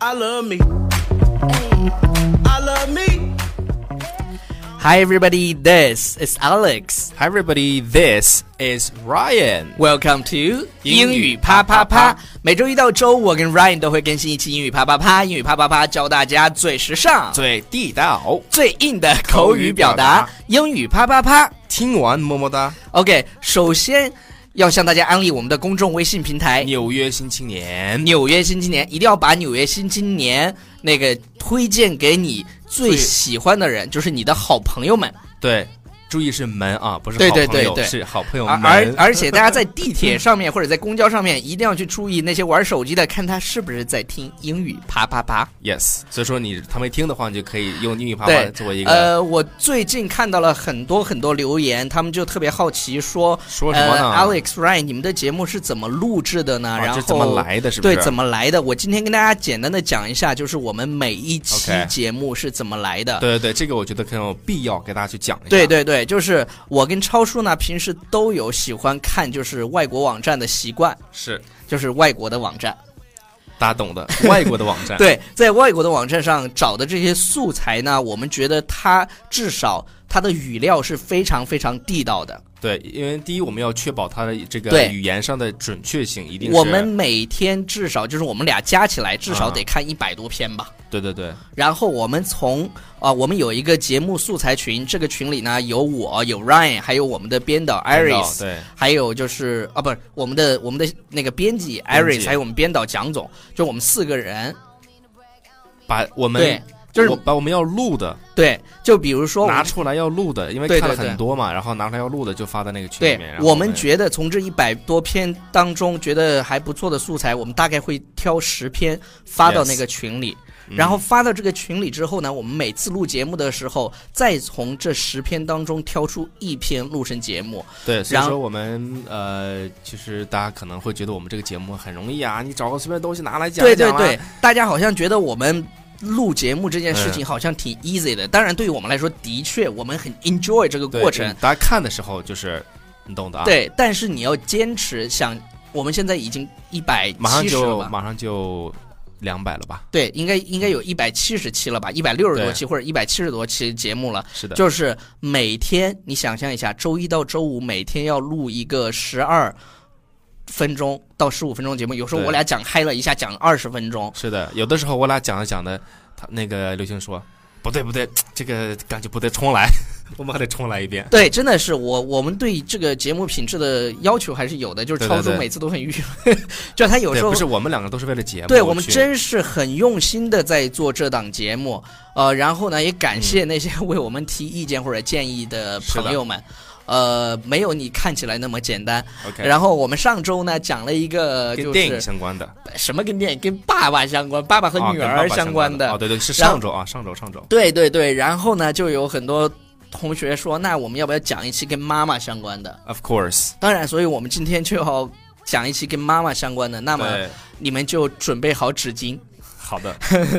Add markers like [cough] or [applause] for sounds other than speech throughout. I love me. I love me. Hi, everybody. This is Alex. Hi everybody, this is Ryan. Welcome to 英英语语啪啪啪啪啪啪。每周一到周五，我跟 Ryan 都会更新一期英语啪啪啪。英语啪啪啪，教大家最时尚、最最地道，最硬的口语表达口语表达。英语啪啪啪。听完么么哒。 OK，首先要向大家安利我们的公众微信平台。纽约新青年，纽约新青年一定要把纽约新青年那个推荐给你最对喜欢的人，就是你的好朋友们。对，注意是门啊，不是对好对朋友对对是好朋友而们。而而且大家在地铁上面或者在公交上面一定要去注意那些玩手机的，看他是不是在听英语啪啪啪。 yes，所以说你他没听的话，你就可以用英语啪啪对，作为一个呃，我最近看到了很多很多留言，他们就特别好奇说，说什么呢呃？Alex Ryan，你们的节目是怎么录制的呢？啊然后这怎么来的是不是对，怎么来的？我今天跟大家简单的讲一下，就是我们每一期 OK 节目是怎么来的。对对对，这个我觉得很有必要给大家去讲一下。对对对，就是我跟超叔呢，平时都有喜欢看就是外国网站的习惯，是就是外国的网站。大家懂的，外国的网站。对，在外国的网站上找的这些素材呢，我们觉得它至少它的语料是非常非常地道的。对，因为第一我们要确保它的这个对语言上的准确性，一定是我们每天至少就是我们俩加起来至少得啊看一百多篇吧。对对对然后我们从啊、我们有一个节目素材群，这个群里呢有我有 Ryan，还有我们的编导看到 Iris，对还有就是啊，不是我们的我们的那个编辑编辑 Iris，还有我们编导蒋总，就我们四个人，把我们对，就是我把我们要录的对，就比如说我们拿出来要录的，因为对看了对对很多嘛，然后拿出来要录的就发在那个群里对面。，然后我们觉得从这一百多篇当中，觉得还不错的素材，我们大概会挑十篇发到 Yes 嗯那个群里。然后发到这个群里之后呢，我们每次录节目的时候，再从这十篇当中挑出一篇录成节目。对，所以然说我们呃，其实大家可能会觉得我们这个节目很容易啊，你找个随便东西拿来讲对一讲对啊对，大家好像觉得我们。录节目这件事情好像挺 easy 嗯的，当然对于我们来说，的确我们很 enjoy 这个对过程嗯，大家看的时候就是你懂的啊。，对。但是你要坚持，想我们现在已经一百马上七十了就吧？马上就两百了吧？对，应该应该有一百七十期了吧，一百六十多对期或者一百七十多期节目了。是的，就是每天，你想象一下，周一到周五每天要录一个十二分钟到十五分钟节目，有时候对我俩讲嗨了一下，讲二十分钟。是的，有的时候我俩讲着讲着，他那个刘星说不对不对，这个感觉不对，重来， [laughs] 我们还得重来一遍。对，真的是我我们对这个节目品质的要求还是有的，就是对超对叔对每次都很郁闷， [laughs] 就他有对，时候不是我们两个都是为了节目去，对我们真是很用心的在做这档节目，呃，然后呢，也感谢那些 [laughs] 为我们提意见或者建议的嗯是的朋友们，呃，没有你看起来那么简单。 OK，然后我们上周呢讲了一个跟就电影是相关的，什么跟电影跟爸爸相关，爸爸和啊女跟爸儿爸相关的。哦，对对，是上周啊，上周上周。对对对，然后呢就有很多同学说，那我们要不要讲一期跟妈妈相关的？ Of course，当然，所以我们今天就要讲一期跟妈妈相关的，那么对，你们就准备好 [laughs] 纸巾。好的。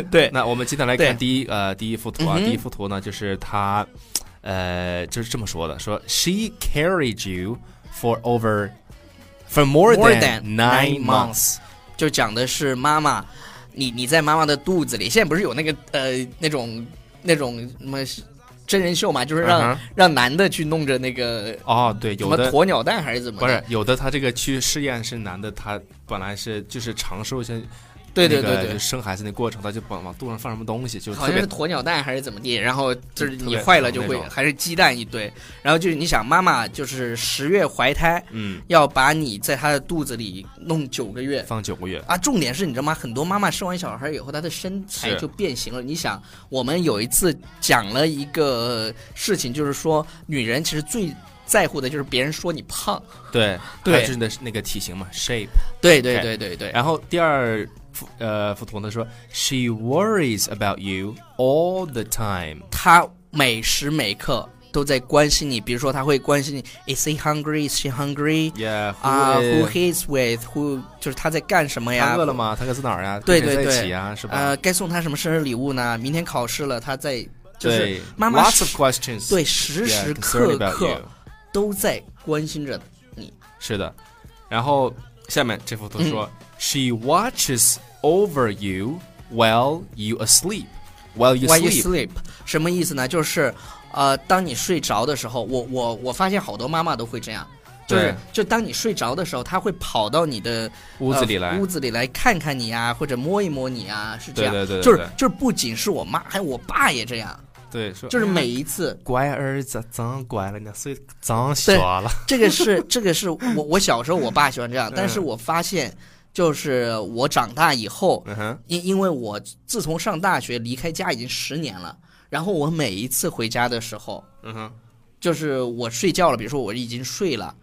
对，那我们今天来对看第一呃第一幅图啊，嗯哼第一幅图呢就是他，呃，就是这么说的，说 She carried you for over for more More than than nine nine months。就讲的是妈妈，你你在妈妈的肚子里。现在不是有那个呃那种那种什么真人秀嘛，就是让、嗯哼让男的去弄着那个哦，对，什有么的鸵鸟蛋还是怎么不的？是有的，他这个去试验是男的，他本来是就是尝试一下对对那对个对就。生孩子那过程，他就往往肚上放什么东西，就好特像别是鸵鸟蛋还是怎么地，然后就是特你别坏了就疼那会种还是鸡蛋一堆，然后就是你想妈妈就是十月怀胎，嗯要把你在她的肚子里弄九个月，放九个月，啊，重点是你知道吗？很多妈妈生完小孩以后，她的身材是就变形了。你想，我们有一次讲了一个事情，就是说女人其实最在乎的就是别人说你胖。对，对还有就是你的那个体型嘛，shape。对对对对对对，然后第二幅呃幅图呢说，She worries about you all the time。她每时每刻都在关心你，比如说她会关心你，Is he hungry? Is she hungry? Yeah，啊、w h o who is- he's with? Who 就是她在干什么呀？他饿了吗？他在哪儿呀？对跟谁对在一对起呀，是吧？呃，该送她什么生日礼物呢？明天考试了，她在就是对，妈妈 lots 是 of questions，对时 yeah，时 concerned 刻 about 刻 you 都在关心着是的。然后下面这幅图说，She watches over you while you asleep. While you While you sleep. sleep 什么意思呢？就是，呃，当你睡着的时候，我我我发现好多妈妈都会这样，就是对就当你睡着的时候，她会跑到你的屋子里来呃屋子里来看看你啊，或者摸一摸你啊，是这样。对对对对就是对就是，不仅是我妈，还有我爸也这样，对，说，就是每一次乖儿子长乖了，你睡长对小了。这个是这个是我我小时候我爸喜欢嗯这样，但是我发现就是我长大以后， [laughs] 嗯哼，因因为我自从上大学离开家已经十年了，然后我每一次回家的时候，嗯哼，就是我睡觉了，比如说我已经睡了，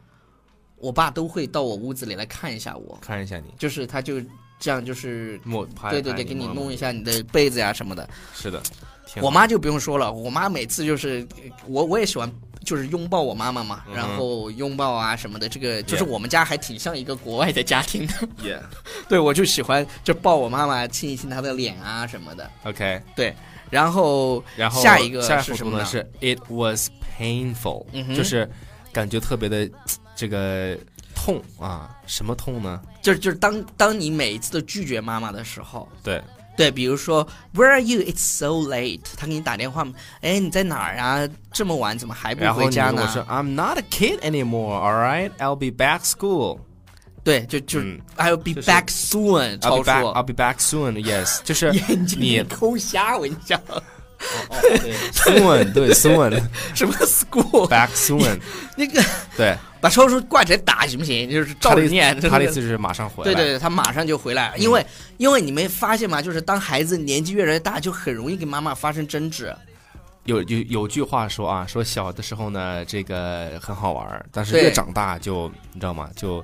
我爸都会到我屋子里来看一下我，看一下你，就是他就这样就是。摸拍，对对对，拍给你摸摸弄一下你的被子呀什么的。是的，挺好我妈就不用说了，我妈每次就是我我也喜欢就是拥抱我妈妈嘛，嗯然后拥抱啊什么的。这个就是 Yeah 我们家还挺像一个国外的家庭的。 [laughs] Yeah. 对，我就喜欢就抱我妈妈，亲一亲她的脸啊什么的。 OK，对，然后然后下一个下一是幅什图么呢呢？是 It was painful，、嗯哼就是感觉特别的这个痛啊，什么痛呢？就是就是当当你每一次都拒绝妈妈的时候，对，对，比如说 Where are you? It's so late。他给你打电话，哎，你在哪儿啊？这么晚怎么还不然后回你家如呢果？说 I'm not a kid anymore, all right, I'll be back school, 对，就就、嗯 I'll be 就是 back soon， I'll 超 be back, 出 I'll be back soon, yes，就是眼睛你给 [laughs] 抠瞎，我跟你讲， soon 对 soon [laughs] [laughs] 什么 school back [laughs] soon，那个对，把超叔挂起来打行不行？就是他照着的意念，思他的意就是思是马上回来，对对对，他马上就回来，因为、因为你没发现吗？就是当孩子年纪越来越大，就很容易跟妈妈发生争执。有有有句话说啊，说小的时候呢，这个很好玩儿，但是对越长大就你知道吗？就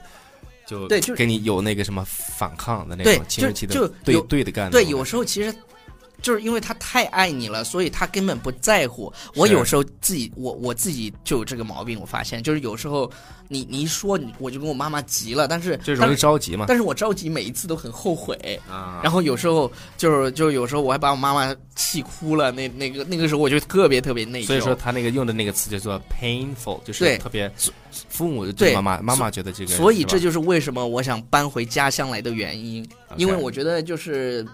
就对就是给你有那个什么反抗的那对种青春期的就就对有对的干的对，那种有感时候其实就是因为他太爱你了，所以他根本不在乎。我有时候自己，我我自己就有这个毛病，我发现就是有时候你你一说，你我就跟我妈妈急了，但是觉就容易着急嘛但，但是我着急，每一次都很后悔。啊， [laughs] 然后有时候就是就是有时候我还把我妈妈气哭了，那那个那个时候我就特别特别内疚。所以说他那个用的那个词叫做 painful，就是对特别父母对对妈妈妈妈觉得这个，所以这就就是为什么我想搬回家乡来的原因，因为我觉得就是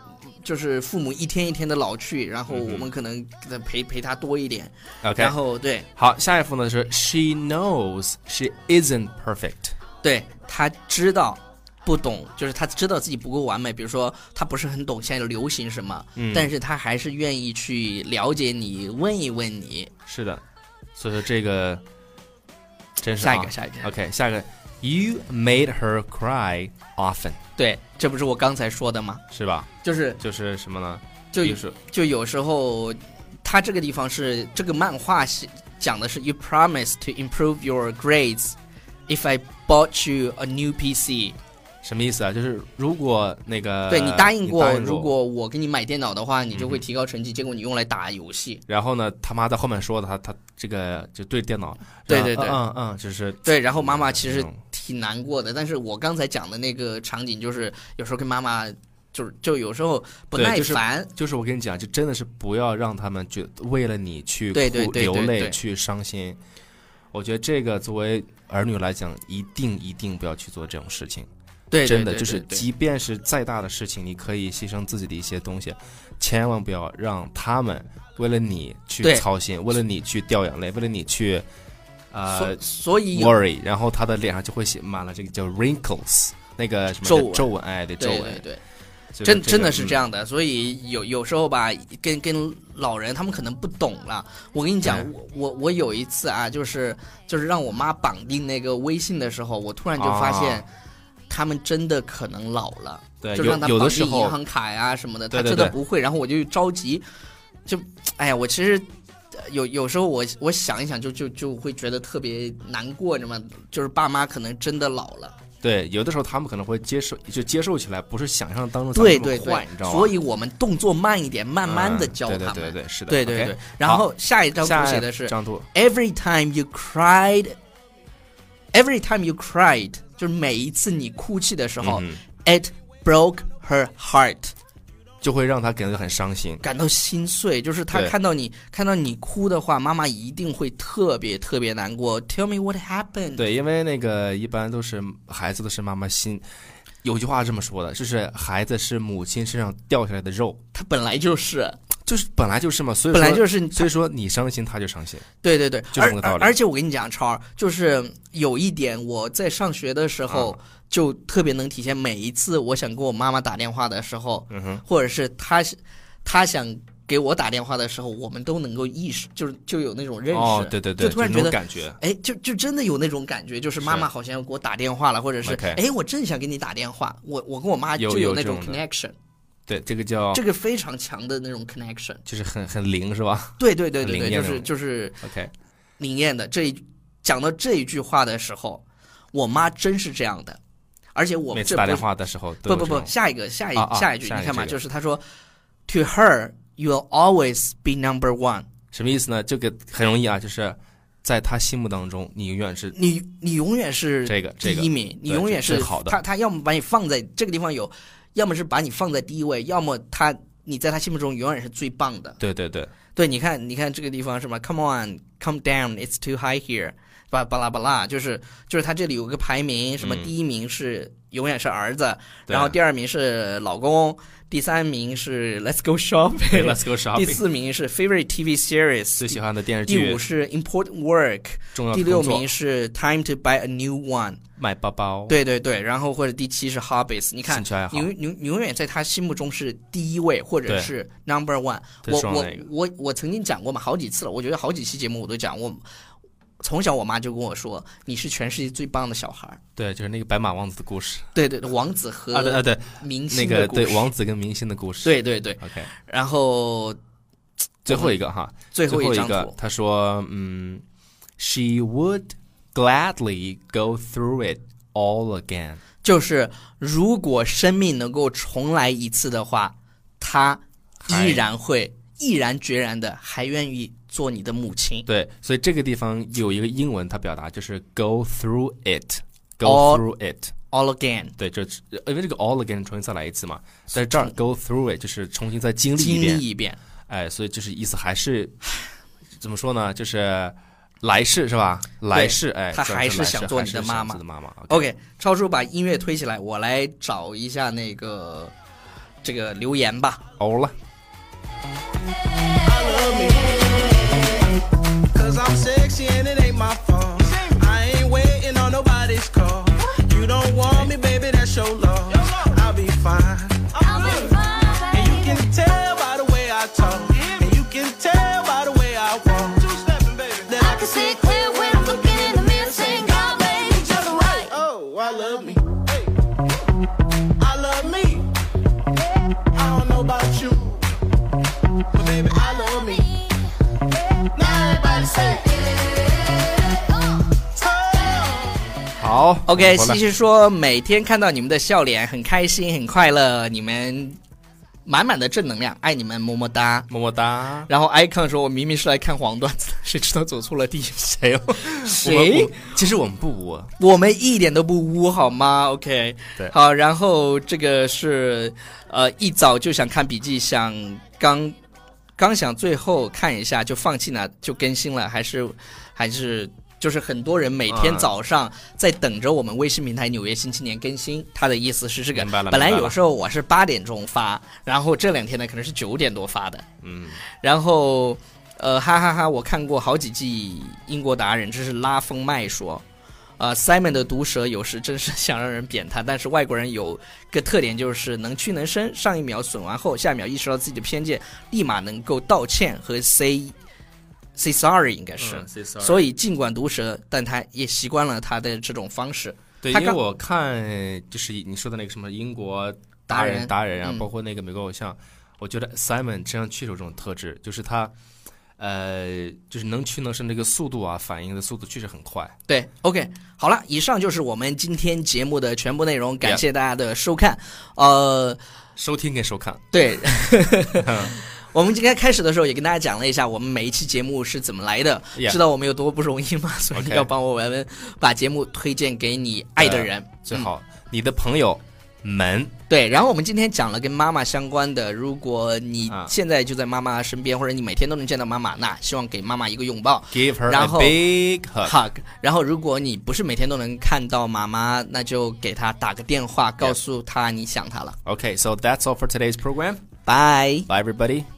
就是父母一天一天的老去，然后嗯哼我们可能给他陪陪他多一点， OK 然后对好，下一幅呢是 she knows she isn't perfect，对，他知道。不懂，就是他知道自己不够完美。比如说，他不是很懂现在流行什么，嗯但是他还是愿意去了解你，问一问你。是的，所以说这个真是下一啊个，下一个， OK，下一个，You made her cry often，对，这不是我刚才说的吗？是吧？就是就是什么呢？就就是就有时候，他这个地方是这个漫画是讲的是 You promise to improve your grades if I bought you a new PC 什么意思啊？就是如果那个对。你答应过，呃你如果我给你买电脑的话，你就嗯会提高成绩，结果你用来打游戏。然后呢，他妈在后面说的，他他这个就对电脑，对然后对对嗯嗯，嗯就是对，然后妈妈其实嗯挺难过的，但是我刚才讲的那个场景就是有时候跟妈妈就是就有时候不对耐就是烦，就是我跟你讲，就真的是不要让他们觉为了你去对对哭对对流对泪去伤心。我觉得这个作为儿女来讲，一定一定不要去做这种事情。对真的对对就是，对对即便是再大的事情，你可以牺牲自己的一些东西，千万不要让他们为了你去对操心，为了你去掉眼泪，为了你去所呃所以有 worry，然后他的脸上就会写满了这个叫 wrinkles 那个什么皱纹皱纹，哎，对皱对纹，对对。所以说真这个真的是这嗯样的，所以有有时候吧，跟跟老人他们可能不懂了。我跟你讲，对我我我有一次啊，就是就是让我妈绑定那个微信的时候，我突然就发现啊，他们真的可能老了，对，就呃有让他有绑的时定银候行卡呀、什么的，对他对真的对不会。然后我就着急，就哎呀，我其实。呃有有时候我我想一想就就就会觉得特别难过，你知道吗？就是爸妈可能真的老了。对，有的时候他们可能会接受，就接受起来不是想象当中咱们这对么对快对你知，道吗？所以我们动作慢一点，慢慢的嗯教对他对们。对对，是的，对对对。然后下一张 OK，图下写的是张图 Every time you cried, every time you cried，就是每一次你哭泣的时候、嗯 i t broke her heart，就会让他感觉很伤心。感到心碎。就是她对看到你看到你哭的话，妈妈一定会特别特别难过。Tell me what happened。对，因为那个一般都是孩子都是妈妈心有句话是这么说的，就是孩子是母亲身上掉下来的肉，他本来就是，就是本来就是嘛，所以本来说就是，所以说你伤心他就伤心，对对对，就而这么个道理而而且我跟你讲，超儿，就是有一点，我在上学的时候、啊就特别能体现，每一次我想给我妈妈打电话的时候，嗯哼，或者是她她想给我打电话的时候，我们都能够意识，就是就有那种认识，哦，对对对，就突然那觉种得感觉，哎，就就真的有那种感觉，就是妈妈好像要给我打电话了，或者是 OK 哎，我正想给你打电话，我我跟我妈有就有那这种种的哦 connection，对，这个叫这个非常强的那种 connection。就是很很灵是吧对对对灵对对，验就那是种就是？OK，灵验的这一讲到这一句话的时候，我妈真是这样的，而且我每次这打不电是话的时候都不有不这不，种下一个下一啊啊下一句，下一个你看嘛，这个就是她说，To her you will always be number one。什么意思呢？这个很容易啊，就是在他心目当中，你永远是你你永远是这个这第个一名，你永远这是是好的他他要么把你放在这个地方有，要么是把你放在第一位，要么他你在他心目中永远是最棒的。对对对，对，你看，你看这个地方是吧？Come on, come down, it's too high here，巴巴拉巴拉，就是就是他这里有个排名，什么嗯第一名是永远是儿子，对然后第二名是老公，第三名是 Let's go 对 [laughs] shopping，Let's go [laughs] 第 shopping，四名是 favorite 最 TV series，喜欢的电视第剧五，是 important work，重要第的六工作哦名，是 time to buy a new one，买包包，，对对对，然后或者第七是 hobbies，你看兴。趣爱好你，永你永你永远在他心目中是第一位，或者对是 number one。最我重要我的那个我我曾经讲过嘛，好几次了。我觉得好几期节目我都讲，我从小我妈就跟我说，你是全世界最棒的小孩儿。对，就是那个白马王子的故事对对，对王子啊，对啊和对，明那星个的故事。对王子跟明星的故事，对对对。 ，OK，然后最后一个哈，最后最后一一张个图，他说，嗯，She would gladly go through it all again，就是如果生命能够重来一次的话，她还依然会毅然决然的还愿意做你的母亲。对，所以这个地方有一个英文，它表达就是 go through it，go All- through it。 All again，对，这因为这个 all again 重新再来一次嘛，但是这儿 go through it 就是重新再经历一经遍，历一遍。哎，所以就是意思还是怎么说呢？就是来世是吧？来世，哎，他算还是是来世想做还你是的想妈妈做的妈妈。OK， OK，超叔把音乐推起来，我来找一下那个这个留言吧。欧了， I love me. Cause I'm sexy and it ain't my fault. I ain't waiting on nobody's call. You don't want me, baby, that's your loss. I'll be fine. And you can tell by the way I talk. And you can tell by the way I walk. Two stepping, baby. That I can see clear when I'm looking in the mirror saying, God made me just right. Oh, I love me. Hey. I love me. I don't know about you, but baby, I love me. Now everybody say, oh. 嗯好 OK，回来西西说每天看到你们的笑脸，很开心，很快乐，你们满满的正能量，爱你们，么么哒。么么哒。然后 icon 说，我明明是来看黄段子的，谁知道走错了地。谁哦？我们谁我？其实我们不污，我们一点都不污好吗？OK，对好，然后这个是呃一早就想看笔记，想刚刚想最后看一下就放弃了，就更新了，还是还是就是很多人每天啊早上在等着我们微信平台《纽约新青年》更新，他的意思是这个明白了本来明白有了时候我是八点钟发，然后这两天呢可能是九点多发的，嗯，然后，呃，哈哈哈我看过好几季英国达人，这是拉风麦说，呃，Simon 的毒舌有时真是 [laughs] 想让人扁他，但是外国人有个特点就是能屈能伸，上一秒损完后，下一秒意识到自己的偏见，立马能够道歉和 say say 嗯 sorry，应该嗯是。所以尽管毒舌，但他也习惯了他的这种方式。对，他因为刚我看就是你说的那个什么英国达达人人达人啊，嗯包括那个美国偶像，我觉得 Simon 身上确实有这种特质，就是他，呃，就是能屈能伸，这个速度啊，反应的速度确实很快。对，OK，好了，以上就是我们今天节目的全部内容，感 Yeah 谢大家的收看。呃，收听跟收看，对，嗯 [laughs] 我们今天开始的时候也跟大家讲了一下，我们每一期节目是怎么来的 Yeah 知道我们有多不容易吗？ [laughs] 所以 OK 要帮我们把节目推荐给你爱的人。最好、你的朋友、门，对，然后我们今天讲了跟妈妈相关的，如果你啊现在就在妈妈身边，或者你每天都能见到妈妈，那希望给妈妈一个拥抱 give her 然后 a big hug。 ，hug。然后，如果你不是每天都能看到妈妈，那就给她打个电话，告诉她你想她了， Okay, so that's all for today's program. 拜。 Bye, everybody.